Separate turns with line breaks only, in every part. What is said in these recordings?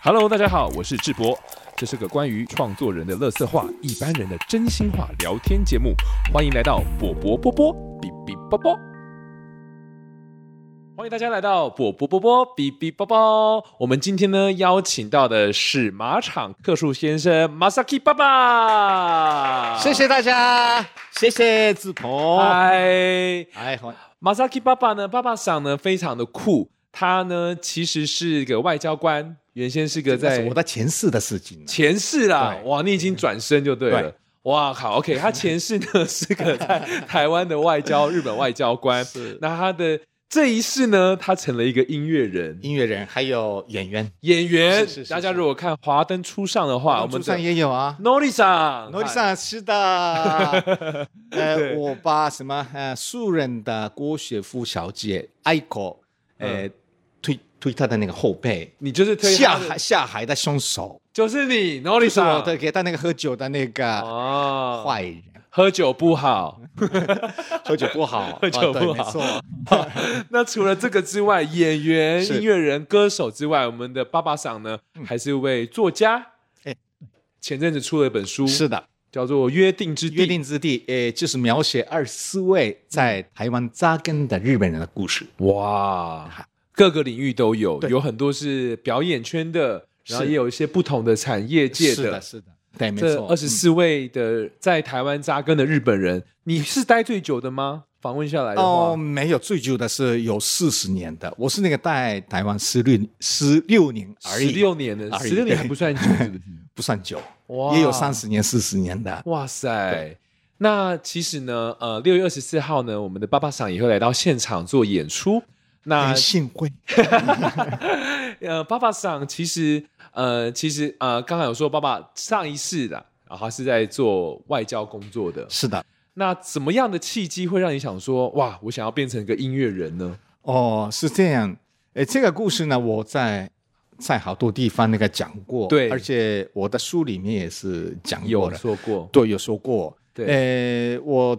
Hello，大家好，我是智博，这是个关于创作人的乐色话、一般人的真心话聊天节目，欢迎来到波波波波比比波波。欢迎大家来到波波波波比比波波。我们今天呢邀请到的是马场克树先生 Masaki 爸爸，
谢。谢大家，啊谢谢子鹏。
嗨，
哎，好，
Masaki 爸爸呢，爸爸桑呢非常的酷，他呢其实是一个外交官，原先是个
这是
在
我的前世的事情了。啊
前世啦，
对
哇，你已经转身就对了。
对
哇靠，OK，他 前世呢是个在台湾的外交日本外交官，
是
那他的这一世呢，他成了一个音乐人、
音乐人还有演员，
演员。
是是是
大家
是
如果看《华灯初上》的话，我们
朱
的
上也有 啊。
Nori 桑
诺丽，上是 的，呃
对，
我把什么呃素人的郭雪芙小姐 Aiko，呃，推推她的那个后背，
你就是推他
下
的
海下海的凶手，
就是你 Nori
就是啊我
桑
的给她那个喝酒的那个
哦，
坏人，
喝酒不 好。
喝酒不好，
喝酒
啊
不
对没
好
错，
那除了这个之外，演员、
是嗯
音乐人、歌手之外，我们的爸爸桑呢，还是一位作家。
哎
前阵子出了一本书，
是的。
叫做《约定之地》。嗯
约定之地，呃，就是描写二十四位在台湾扎根的日本人的故事。
哇，各个领域都有，
对
有很多是表演圈的，然后
是
也有一些不同的产业界
是的，是的，对，没
这
错。
二十四位的在台湾扎根的日本人，你是待最久的吗？访问下来
嗯
的
哦，
话，
没有，最久的是有四十年的，我是那个在台湾十六十六年而
十
已，
六年了，
而已
十六年还不算久，是不是？
不算久，
哇
也有三十年、四十年的。
哇塞！那其实呢，呃，六月二十四号呢，我们的爸爸赏也会来到现场做演出。那
很啊幸会，
呃，爸爸赏其实呃，其实呃，刚才有说爸爸上一世的，然后他是在做外交工作的。
是的。
那怎么样的契机会让你想说，哇，我想要变成一个音乐人呢？
哦，是这样。诶，这个故事呢，我在在好多地方那个讲过，
对
而且我的书里面也是讲过
有
的。
说过，
对，有说过。
对，
呃，我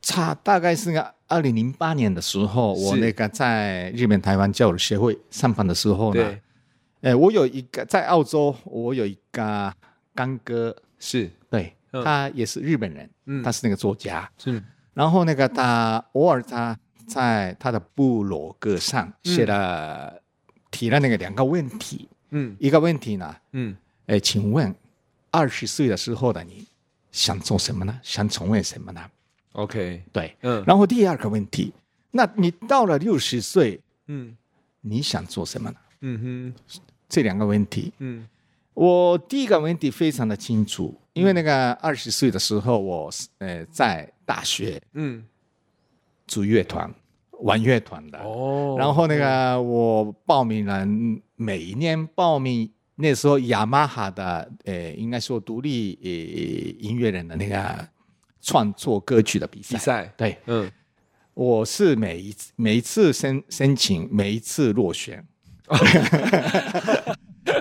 差大概是个二零零八年的时候，
是
我那个在日本台湾教育协会上班的时候呢
对，，
呃，我有一个在澳洲，我有一个干哥，
是，
对、
嗯
他也是日本人，
嗯
他是那个作家，
是，
然后那个他偶尔他在他的部落格上写了、提了那个两个问题，
嗯
一个问题呢，
嗯，
哎，请问二十岁的时候的你想做什么呢？想成为什么呢？
，OK，
对，
嗯
然后第二个问题，那你到了六十岁，
嗯
你想做什么呢？
嗯哼，
这两个问题，
嗯
我第一个问题非常的清楚，因为那个二十岁的时候，我是呃在大学
嗯，
组乐团，玩乐团的。
哦，
然后那个我报名了，嗯每一年报名那时候雅马哈的，呃，应该说独立呃音乐人的那个创作歌曲的比赛。
比赛，
对，
嗯，
我是每一次每一次申申请，每一次落选，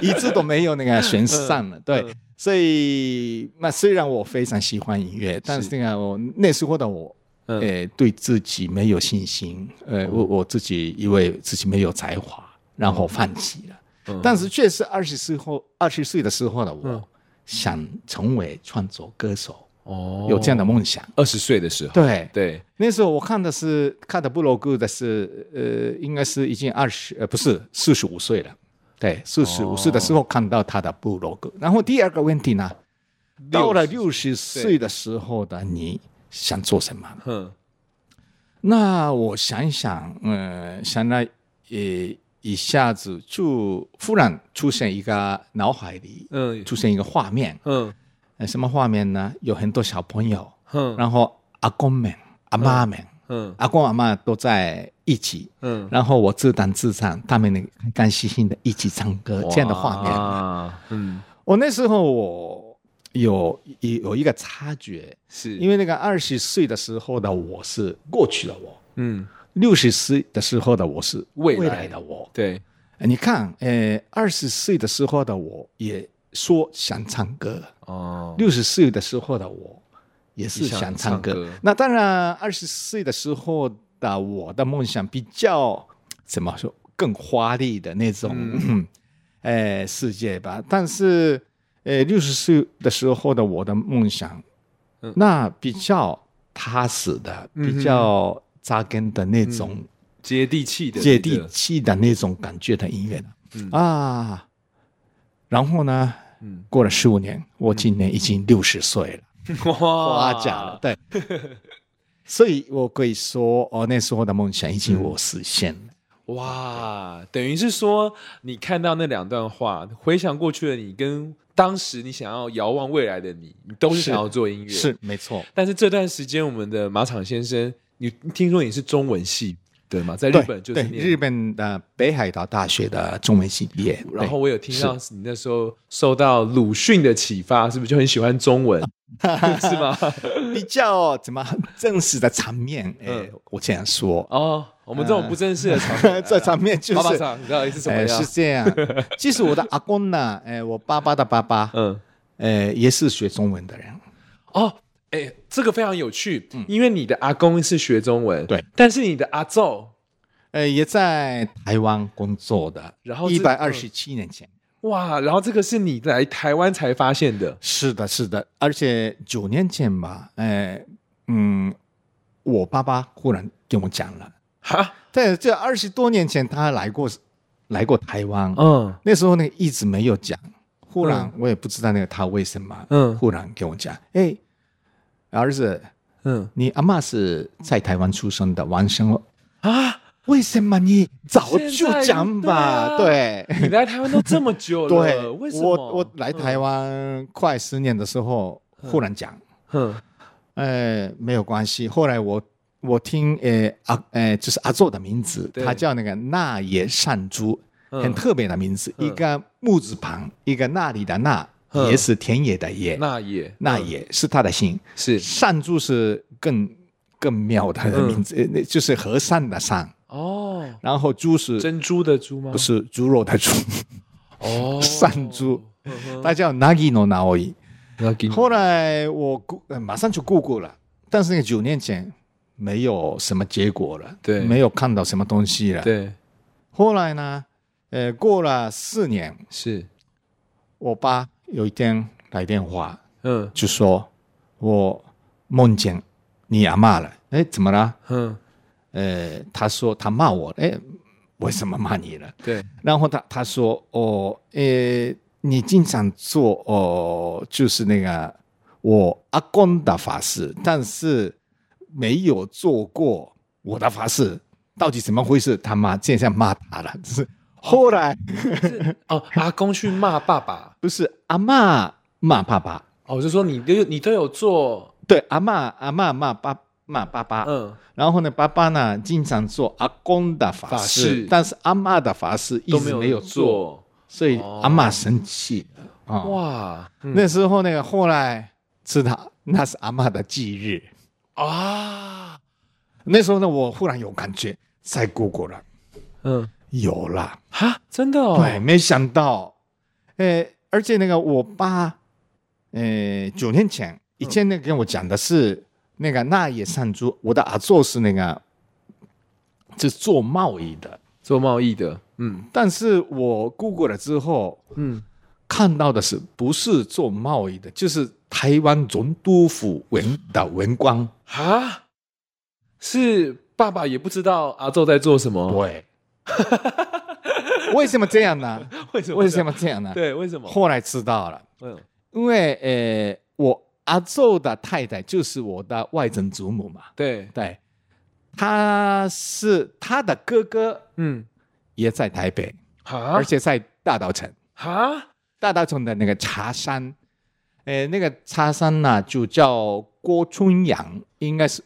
一次都没有那个选上
嗯
了。对，所以那虽然我非常喜欢音乐，但是那个我那时候的我，
嗯
呃，对自己没有信心，呃，我我自己以为自己没有才华，然后放弃
嗯
了。但是确实二十岁后，二十岁的时候的我，
嗯
想成为创作歌手，
哦
有这样的梦想。
二十岁的时候，
对。
对，
那时候我看的是看的布罗格的是呃，应该是已经二十呃不是四十五岁了，对，四十
哦
五岁的时候看到他的布罗格。然后第二个问题呢，到了哦六十岁的时候的你想做什么？
哼，
那我想一想，呃，想了呃，一下子就忽然出现一个脑海里
嗯
出现一个画面，
嗯
呃，什么画面呢？有很多小朋友，
哼，
然后阿公们、阿妈们。
嗯
阿公阿妈都在一起，
嗯，
然后我自弹自唱，他们那个开开心心的一起唱歌，这样的画面。
面，嗯，
我那时候我有有有一个察觉，
是，
因
为
为那个二十岁的时候的我是过去的我，
嗯，
六十岁的时候的我是
未来
未来的我。
对，
你看，呃，二十岁的时候的我也说想唱歌，
哦，
六十岁的时候的我也是
也想
想唱歌。
唱歌
那当然，二十岁的时候的
嗯
我的梦想比较怎么说更华丽的那种，呃世界吧。但是呃六十岁的时候的我的梦想，
嗯
那比较踏实的，
嗯哼嗯
比较扎根的那种。
接地气的，
接地气的那种感觉的音乐的、
嗯
啊。然后呢，
嗯，
过了十五年，我今年已经六十岁了，
哇
夸奖
啊
了，， 对。所以我可以说，哦，那时候的梦想已经我实现了。
哇，等于是说你看到那两段话，回想过去的你跟当时你想要遥望未来的你，你都是
是
想要做音乐，
是，没错，
但是这段时间，我们的马场先生，你听说你是中文系对吗？在日
对
本就是
对，
念
日本的北海道大学的中文系毕业，
然后我有听到你那时候受到鲁迅的启发，是不是就很喜欢中
啊
文？是吗？
对 比较怎么正式的场面，哎、
嗯
我这样说，
哦，我们这
啊
种不正式的场合，
这场面就
爸爸
是，
场，你到底是什么
哎、
样
是？这样。 其实我的阿公呢，哎、我爸爸的爸爸，
嗯，
呃，也是学中文的人，
哦，哎，这个非常有趣，因为你的阿公是学中文，
嗯对，
但是你的阿昼，
呃，也在台湾工作的，
然后
一
这嗯
百二十七年前，
哇，然后这个是你来台湾才发现的，
是的，是的，而且九年前吧，呃，嗯，我爸爸忽然跟我讲了，
哈，
对，这二十多年前他来过，来过台湾，
嗯
那时候呢一直没有讲，忽然我也不知道那个他为什么，
嗯
忽然跟我讲，哎，儿子，
嗯
你阿嬷是在台湾出生的，王生哦，
啊，
为什么你早就讲吧？
现在
对。
你来台湾都这么久了，
对，
啊为什么？
我我来台湾快十年的时候，忽然讲，
嗯，
呃，没有关系。后来我我听呃阿呃就是阿作的名字，
对
他叫那个那野善珠，
嗯
很特别的名字，
嗯
一个木字旁，一个那里的那，
嗯
也是田野的野，
那也
那
嗯
也是他的姓。
是
善珠是更更妙的
嗯
名字，呃那就是和善的善，
哦，
然后猪是
珍珠的珠吗？
不是猪肉的猪，
哦，
善珠
嗯哼。
它叫 Nagi no Naoi。
那给你
后来我 Goo- 呃马上就 Google 了，但是那个九年前没有什么结果了，
对
没有看到什么东西了。
对
后来呢，呃，过了四年，
是
我爸有一天来电话，
嗯
就说我梦见你阿妈了。哎，怎么了？
嗯
呃，他说他骂我，哎，为什么骂你了？
对
然后他他说哦，呃，你经常做哦，就是那个我阿公的法事，但是没有做过我的法事，到底怎么回事？他妈这下骂他了，就是后来
哦，阿公去骂爸爸
不是阿嬷骂爸爸，
哦，就说你都有你都有做
对，阿嬷阿嬷骂爸骂爸爸，
嗯
然后呢，爸爸呢经常做阿公的法
法事
但是阿嬷的法事一
都
直
有
有做，
做
所以
哦
阿嬷生气了啊。
哇嗯
那时候那个后来知道那是阿嬷的忌日，
啊
那时候呢，我忽然有感觉，在 Google 了，
嗯
有了，
哈真的哦
对，没想到，呃，而且那个我爸，呃，九年
嗯
前以前那个跟我讲的是那个那野善珠，我的阿座是那个，就是做贸易的，
做贸易的嗯
但是我 Google 了之后，
嗯
看到的是不是做贸易的，就是台湾总督府文的文官，
哈是爸爸也不知道阿宙在做什么，
对， 为什么这 样呢？
为什么
为什么这样呢？
对为什么
后来知道了，
嗯
因为呃，我阿昼的太太就是我的外曾祖母嘛，
对
对，她是她的哥哥
嗯
也在台北，
哈
而且在大稻城，
哈
大稻城的那个茶山，呃，那个茶山呢、就叫郭春阳，应该是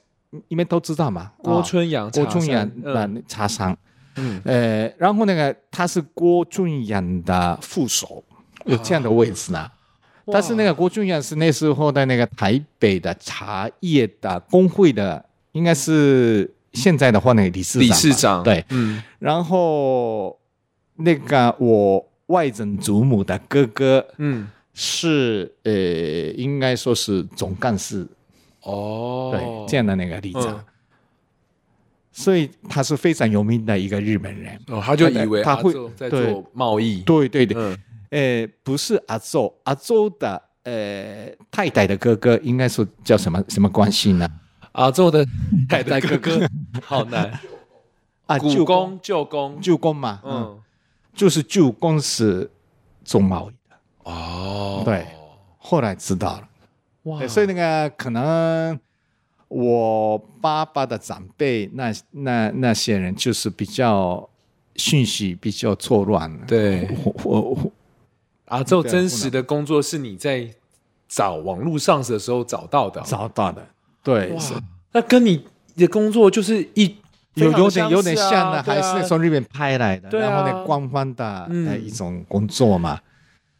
你们都知道嘛，
郭
啊
春阳
郭
茶
春
山
阳的
嗯
那茶山。
嗯
呃，然后那个他是郭俊阳的副手，有这样的位置
啊
呢。
哇
但是那个郭俊阳是那时候的那个台北的茶叶的工会的，应该是现在的话那个理事长
理
吧。
事长
对，
嗯
然后那个我外曾祖母的哥哥
嗯
是呃，应该说是总干事，
哦
对，这样的那个里长。
嗯
所以他是非常有名的一个日本人。
哦，他就以为
他
阿
的他会
宙在
对
做贸易，
对对对，
嗯，
呃，不是阿周，阿周的呃太太的哥哥应该说叫什么什么关 系呢？
阿宙的太太哥 哥好难，
啊，
古公舅公，
舅公嘛，嗯，
嗯，
就是舅公是做贸易的，
哦，
对，后来知道了，
哇
对，所以那个可能我爸爸的长辈那那那些人就是比较讯息比较错乱了，
对
我，我我
阿宙啊
啊
真实的工作是你在找网络上的时候找到的，啊
找到的，对，是
哇，那跟你的工作就是一非
有
常
有点有点
相似
像
啊
的，
对
还
啊
是从日本拍来的，
对啊
然后呢，官方的
嗯
呃一种工作嘛。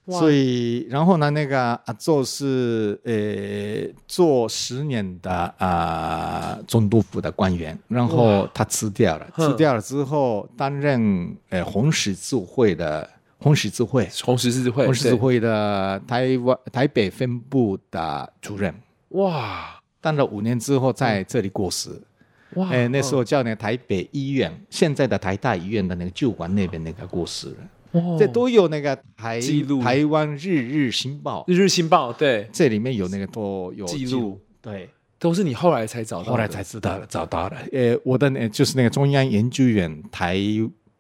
哇
所以，然后呢，那个阿宙是呃做十年的啊、呃总督府的官员，然后他辞掉了，
哼
辞掉了之后担任呃红十字会的红十字会
红十字会，
红十字
对
会的台湾台北分部的主任，
哇
当了五年之后
嗯
在这里过世。
哇，
哎、那
哦
时候叫呢台北医院，现在的台大医院的那个旧馆那边那个故事了，
哦
这都有那个台
记录
台湾日日新报，
日日新报对
这里面有那个都有
记录，
对，
都是你后来才找到的，
后来才知道了，找到了。呃，我的呢就是那个中央研究院台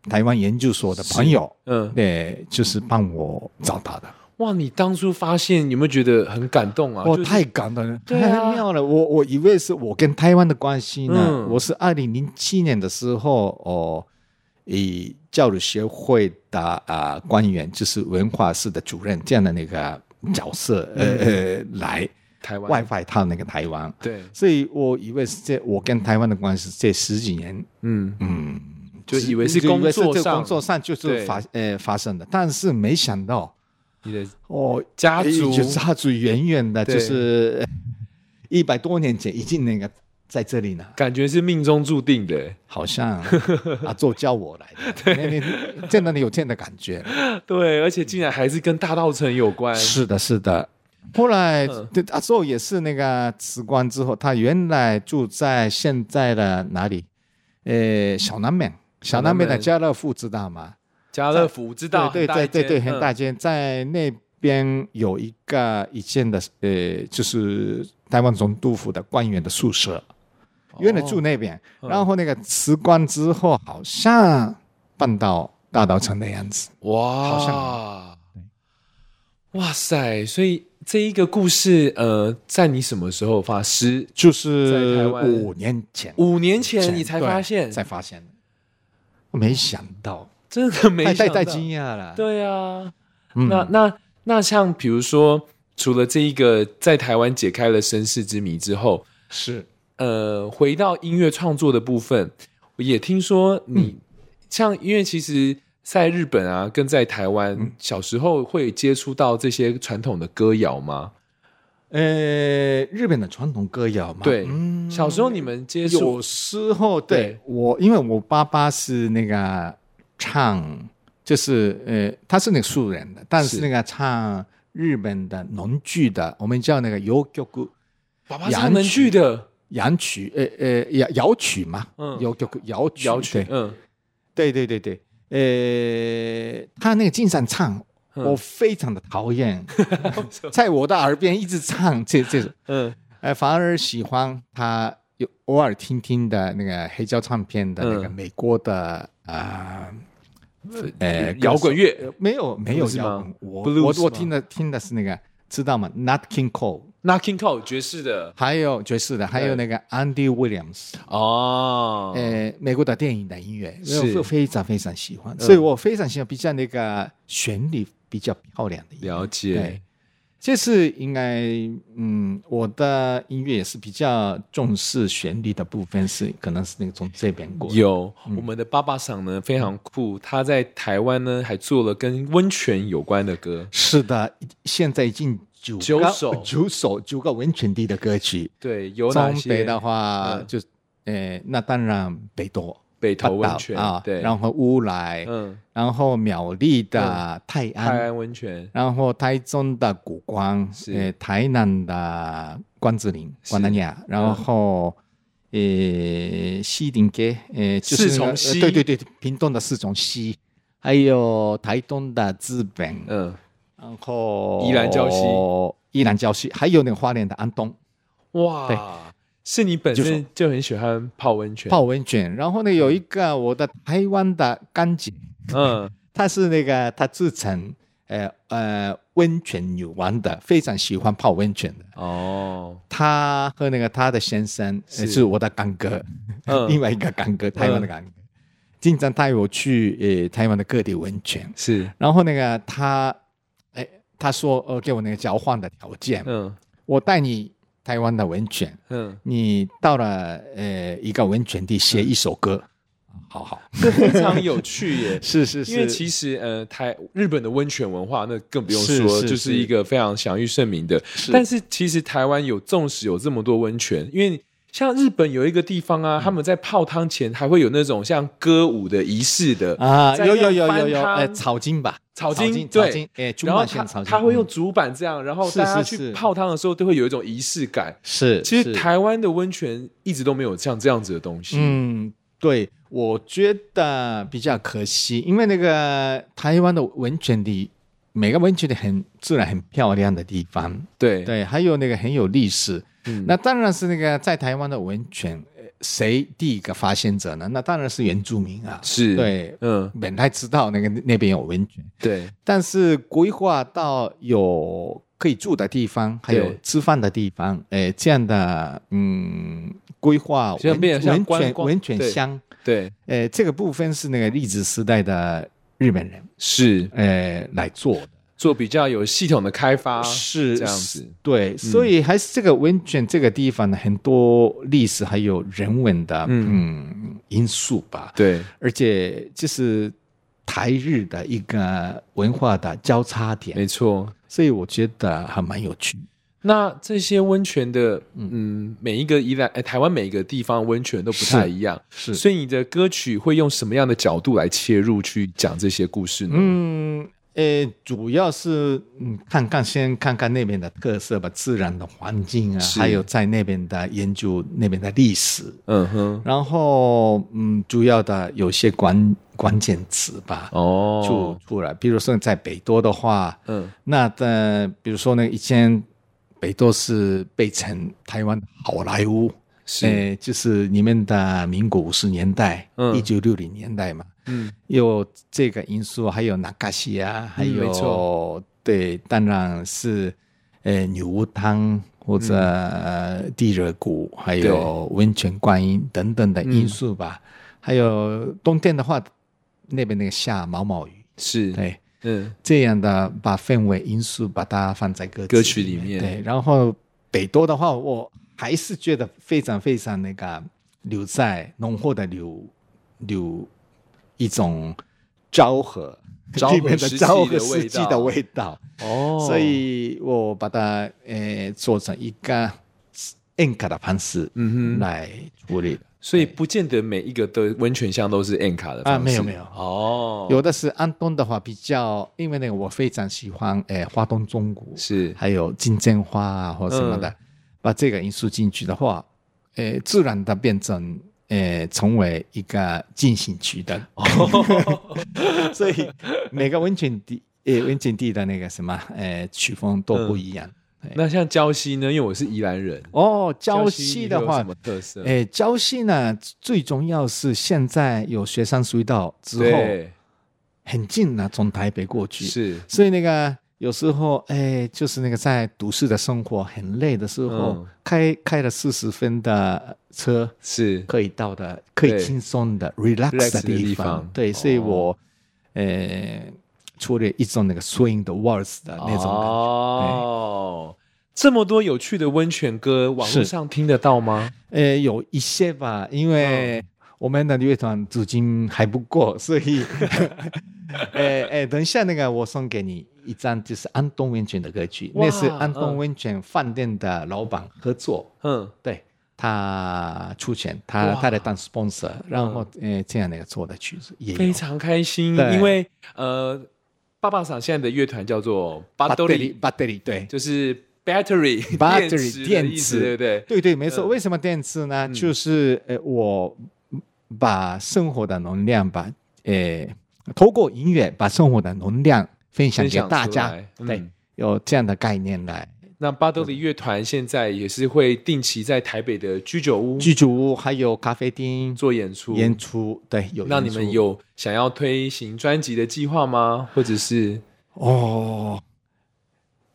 台湾研究所的朋友，
嗯，
呃，就是帮我找到的，
哇，你当初发现有没有觉得很感动啊？
我、
就是
哦太感动了，
对啊
太妙了！我我以为是我跟台湾的关系呢。
嗯
我是二零零七年的时候，哦，以教育协会的啊、官员，就是文化室的主任这样的那个角色，呃
嗯
呃，来
台湾
外派到那个台湾，
对，
所以我以为是这我跟台湾的关系这十几年，
嗯，
嗯，
就以为是
就以
工
这
作
个
上
工作上就是
对
发呃发生的，但是没想到
你的
哦，
家族
哎就家族远远的，
对
就是呃一百多年前已经那个在这里呢，
感觉是命中注定的，
好像阿宙叫我来的，那那真的有这样的感觉。
对，而且竟然还是跟大稻城有关，
是的，是的。后来
哎嗯
对阿宙也是那个辞官之后，他原来住在现在的哪里？呃，小南门，小南门
小南
的
门
家乐福知道吗？
家乐福知道，
对
很大
对
一
对
间
对，很大
嗯
间，在那边有一个一间的呃，就是台湾总督府的官员的宿舍，原来住那边，
嗯
然后那个辞官之后，好像搬到大稻城的样子。
哇，
好
哇塞！所以这一个故事，呃，在你什么时候发十
就是
在台湾
五年前，
五年前你才发现
对，才发现的，我没想到，
真的没
太
想
太
到
太惊讶了。
对啊，
嗯，
那那那像比如说，除了这一个在台湾解开了身世之谜之后，
是
呃，回到音乐创作的部分，我也听说你、
嗯
像，因为其实在日本啊，跟在台湾、
嗯
小时候会接触到这些传统的歌谣吗？
呃，日本的传统歌谣嘛，
对，
嗯
小时候你们接触
有时候对
对
我，因为我爸爸是那个唱，就是呃，他是那个素人的，但
是
是那个唱日本的农剧的，我们叫那个摇曲、
爸爸是能去的，
洋曲，呃呃摇摇曲嘛，
嗯
摇曲摇曲
摇曲，嗯，
对对对对对，呃，他那个经常唱，
嗯
我非常的 讨厌， 在我的耳边一直唱这这种。
嗯，
呃，反而喜欢他有偶尔听听的那个黑胶唱片的那个
嗯
美国的啊、呃，呃
摇滚乐
歌手呃没有没有
是吗
摇滚，我
Blues
我
吗
我听的听的是那个，知道吗？Nat King Cole，
Knocking Call 爵士的
还有爵士的，还有那个 Andy Williams，
哦，
呃，美国的电影的音乐，
是嗯
我是非常非常喜欢，所以我非常喜欢比较那个旋律比较漂亮的音乐。
了
对
解，，
这次应该，嗯，我的音乐也是比较重视旋律的部分，是可能是那个从这边过来。
有
嗯
我们的爸爸桑呢非常酷，他在台湾呢还做了跟温泉有关的歌，
是的，现在已经九个
九首
九首九个温泉地的歌曲。
对，有哪
东北
些？
的话，
嗯
就，呃，那当然北多
北投
八岛
温泉
啊，
对，
然后乌来，
嗯，
然后苗栗的泰
泰
安，
安温泉
然后台中的古关，
是
呃，台南的关子岭、
是
关南亚，然后呃西顶街，呃，就
嗯四
是那个
重溪
呃对对对，屏东的四重溪，还有台东的资本，
嗯，
然后
宜兰礁溪，
宜兰礁溪，还有那个花莲的安东对
哇，是你本身就很喜欢泡温泉，
泡温泉，然后呢有一个我的台湾的干姐，
嗯，
她是那个她自称呃呃温泉女王的，非常喜欢泡温泉的。
哦，
她和那个她的先生
是
呃是我的干哥，
嗯
另外一个干哥，台湾的干哥，经常带我去呃台湾的各地温泉。
是，
然后那个他，哎，他说呃给我那个交换的条件，
嗯
我带你台湾的温泉，
嗯，
你到了呃一个温泉地写一首歌，好好，。
这非常有趣耶
是是
因为其实，呃，台日本的温泉文化那更不用说，
是是
就是
是
一个非常享誉盛名的。但是其实台湾有，纵使有这么多温泉，因为像日本有一个地方啊，他们在泡汤前还会有那种像歌舞的仪式的，
啊，
在
有有
那
有有
翻
有，哎，
汤
草金吧，
草
草
金
金，
对
草金，哎，
然后
中
他
华县草金
他会
嗯
用竹板这样，然后
是
大家去
是是
泡汤的时候都会有一种仪式感。
是，
其实
是
台湾的温泉一直都没有像这样子的东西。
嗯，对，我觉得比较可惜，因为那个台湾的温泉地，每个温泉地很自然、很漂亮的地方，
对，
对，还有那个很有历史。
嗯
那当然是那个在台湾的温泉，呃谁第一个发现者呢？那当然是原住民啊，
是，，
对，
嗯，
本来知道那个那边有温泉，
对，
但是规划到有可以住的地方，还有
对
吃饭的地方，诶，这样的嗯规划
像
温
变成像
温
观
泉
光
温泉
对
乡，
对，
诶，这个部分是那个日治时代的日本人
是
诶来做的，
做比较有系统的开发，
是
啊这样子，嗯
对，所以还是这个温泉这个地方呢，很多历史还有人文的嗯因素吧，
对，
而且就是台日的一个文化的交叉点。
没错。
所以我觉得还蛮有趣。
那这些温泉的，嗯，每一个宜兰、哎，台湾每一个地方温泉都不太一样，
是
所以你的歌曲会用什么样的角度来切入去讲这些故事呢？
嗯，呃，主要是嗯，看看先看看那边的特色吧，自然的环境啊，
是
还有在那边的研究那边的历史。
嗯哼，
然后，嗯，主要的有些关关键词吧，
哦
出，出来，比如说在北多的话，
嗯，
那的比如说呢，以前北多是被称台湾好莱坞，
是，
呃，就是你们的民国五十年代，
嗯
一九六零年代嘛，
嗯，
有这个因素，还有纳卡西啊，还
嗯没
有、对，当然是呃女巫汤或者、呃
嗯
地热谷，还有温泉观音等等
嗯
的因素吧。还有冬天的话，那边那个下毛毛雨，
是，
对，
嗯，
这样的把氛围因素把它放在歌
歌曲
里
里面
对，然后北多的话，我还是觉得非常非常那个留在浓厚的留留一种昭和
昭和
里面的
时期的
昭和
味
世纪
道
的味道，
哦，
所，以我把它呃做成一个硬卡的方式
嗯哼，
来处理的。
所以不见得每一个的温泉乡都是 N 卡的
啊
方式
没有没有
哦，
有的是安东的话比较，因为那个我非常喜欢，诶、呃，华东中国
是，
还有金针花啊或什么
嗯
的，把这个因素进去的话，呃，自然的变成呃成为一个进行 曲的，
哦
所以每个温泉地呃温泉地的那个什么呃曲风都不一样。
嗯那像礁溪呢？因为我是宜兰人，
哦，礁
溪
溪的
有
话哎
什么，特色？
诶，礁溪呢最重要是现在有雪山隧道之后
对，
很近了，从台北过去
是，
所以那个有时候，哎，就是那个在都市的生活很累的时候，
嗯
开开了四十分的车
是
可以到的，可以
对
轻松的
relax
relax
的
的
地
地
方
方。对，所以
哦
我，呃，出了一种那个 swing 的 waltz 的那种感觉。
哦，这么多有趣的温泉歌，网络
是
上听得到吗？
呃，有一些吧，
嗯
因为我们的乐团资金还不够，所以， 呃呃，等一下那个我送给你一张，就是安东温泉的歌曲，
哇
那是安
嗯
东温泉饭店的老板合作，
嗯，
对他出钱，他
哇嗯
他来当 sponsor，然后呃这样那个做的曲子也有
非常开心，
对
因为呃，爸爸桑现在的乐团叫做巴
巴
多
德里
里，
巴德里对
就是 battery
Battery，
池的意思
电池
对不对？
对对，没错。
嗯
为什么电池呢？
嗯
就是呃，我把生活的能量把呃，透过音乐把生活的能量分享
分
给
享
大
出
家
来，嗯
对，有这样的概念来。
那巴德里乐团现在也是会定期在台北的居酒屋
居酒屋还有咖啡厅
做演出。
演出，对，有
那
演
你们
出
有想要推行专辑的计划吗？或者是
哦。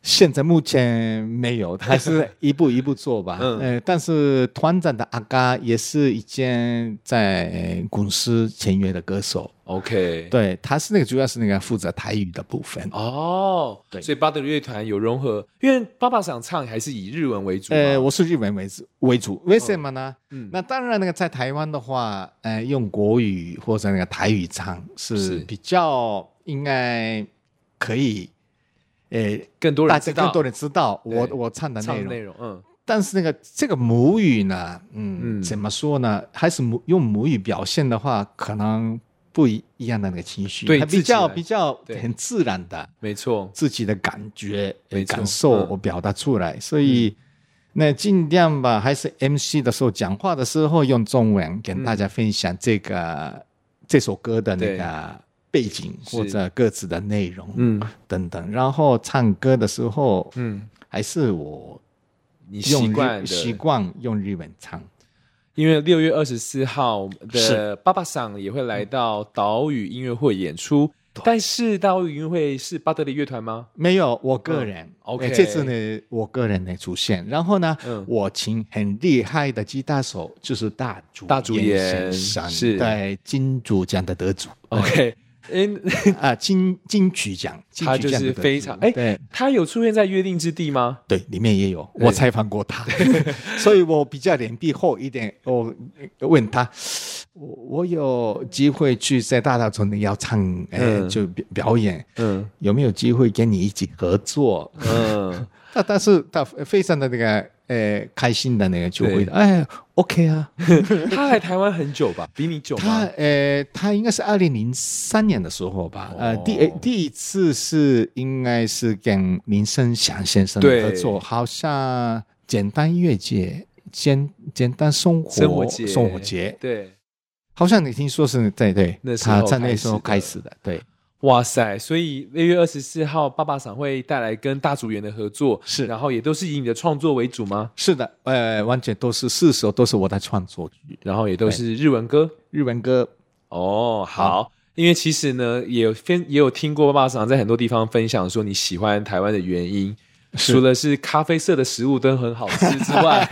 现在目前没有，还是一步一步做吧。
嗯
呃，但是团长的阿嘎也是一间在呃公司签约的歌手，
OK？
对，他是那个主要是那个负责台语的部分。
哦，
对
所以巴德里乐团有融合，因为爸爸想唱还是以日文为主嘛。
呃，我是日文为主为主，为什么呢？
嗯
那当然，那个在台湾的话，呃，用国语或者那个台语唱
是
是比较应该可以，呃，
更多
大
人
家
知
更
道
多人知道我
对
我唱的内
唱的
容
内。容，嗯，
但是那个这个母语呢，嗯，
嗯
怎么说呢？还是母用母语表现的话，可能不一一样的那个情绪，
对
它
自
比
己来
较比较
对
很自然的。
没错，
自己的感觉、呃
没错
感受，
嗯
我表达出来。所以，那尽量吧，还是 MC 的时候讲话的时候用中文跟大家分享这个、
嗯
这首歌的那个背景
是
或者歌词的内容、
嗯
等等。然后唱歌的时候，
嗯，
还是我
你
用
习
日
惯的
习惯用日文唱。
因为六月二十四号的
是嗯
爸爸桑也会来到岛屿音乐会演出，但是岛屿音乐会是巴德里乐团吗？
没有，我个人、
嗯 OK
呃这次呢，我个人呢出现，然后呢，
嗯
我请很厉害的吉他手，就是大竹
大竹
研
研
先生，
是哦
对金主奖的得主
OK，嗯，
啊，金金曲奖，金
他
曲
就
奖的
是
得主
非常哎
对。
他有出现在约定之地吗？
对，里面也有，
对
我采访过他， 所以我比较脸皮厚一点。我问他，我我有机会去在大稻村要唱，哎、
嗯
就表表演，
嗯
有没有机会跟你一起合作？
嗯，
他但是他非常的那个呃开心的那个就
对
会哎 OK 啊，
他来台湾很久吧？比你久
他
吗？
呃他应该是二零零三年的时候吧，呃
哦
第呃第一次是应该是跟林声祥先生
对
合作，好像简单音乐节。简简单生活
生活节，
生活节，
对，
好像你听说是对对，
那时候
他在那时候
开
开
始
始的，对，
哇塞！所以六月二十四号，爸爸桑会带来跟大竹园的合作，
是
然后也都是以你的创作为主吗？
是的，呃，完全都是四首都是我的创作曲，
然后也都是日文歌，
日文歌
哦，好，因为其实呢，也有分也有听过爸爸常在很多地方分享说你喜欢台湾的原因。
是
除了是咖啡色的食物都很好吃之 外，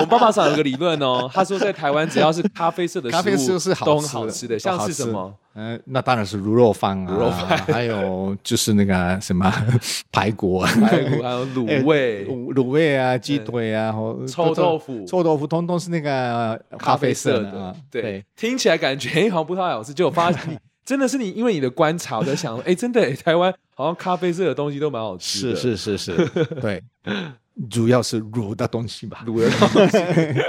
我爸爸常有个理论哦，他说在台湾只要是咖啡色的
咖啡
食
色
物
是好吃的
都很好吃的，
都好
像是什
吃
么？
呃，那当然是卤肉饭啊，
卤肉
饭，还有就是那个什么排骨啊，
排骨还有卤味，
卤卤味啊，鸡腿啊，或
臭豆腐
臭豆腐通通是那个呃
咖
咖
啡
啡
色
色
的，
啊，
对，，听起来感觉哎好像不太好吃，结果发现你 真的是你，因为你的观察，我在想，哎，真的台湾好像咖啡色的东西都蛮好吃
是
的，
是是是， 对，主要是卤的东西吧，
卤的东西。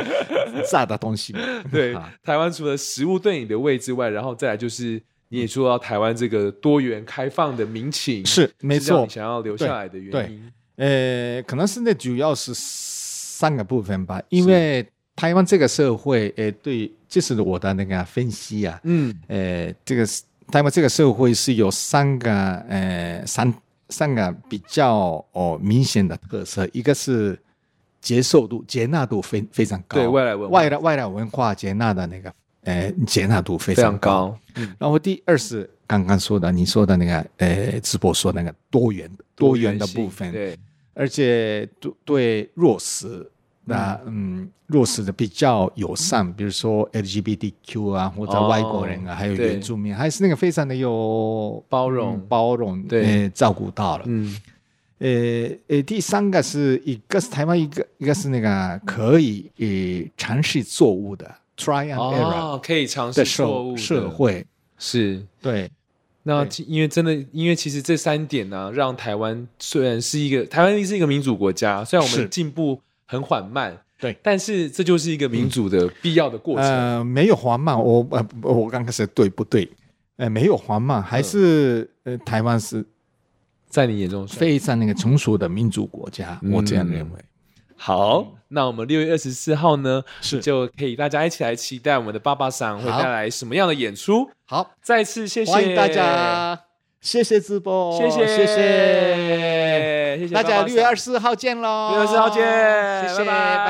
炸的东西吧，
对
啊，
台湾除了食物对你的胃之外，然后再来就是你也说到台湾这个多元开放的民情，
是没
是让
错
你，想要留下来的原因。
呃，可能是那主要是三个部分吧，因为台湾这个社会，呃，对，这是我的那个分析啊，
嗯，
呃，这个是台湾这个社会是有三个呃三三个比较哦明显的特色，一个是接受度、接纳度非非常高，
对外来文化
外来外来文化接纳的那个呃接纳度非
非常
常高。
高。
然后第二是刚刚说的，你说的那个呃直播说那个多元多元的
性
部分，
对，
而且对对弱势，那嗯弱势的比较友善，比如说 LGBTQ 啊，或者
哦
外国人啊，还有
对
原住民，还是那个非常的有
包容
嗯包容，
对
呃，照顾到了。
嗯，
呃呃，第三个是一个是台湾，一个一个是那个可以呃尝试错误的 try and error
哦，可以尝试
的
错
社
误的
社会，
是。
对
那
对
其因为真的，因为其实这三点呢、让台湾虽然是一个台湾是一个民主国家，虽然我
是
们进步很缓慢，
对。
但是这就是一个民主的必要的过程。嗯
呃，没有缓慢，我呃不
嗯
我刚开始对不对？呃，没有缓慢，还是、呃台湾是
在你眼中算
非常那个成熟的民主国家，我这样
嗯
认为。
好，嗯那我们六月二十四号呢，
是
就可以大家一起来期待我们的爸爸桑会
好
带来什么样的演出。
好，
再次谢谢
欢迎大，家，谢谢直播，
谢谢
谢谢。
谢谢
大家六月二
十
十四号见喽！
六月二十四号见
谢谢，
拜拜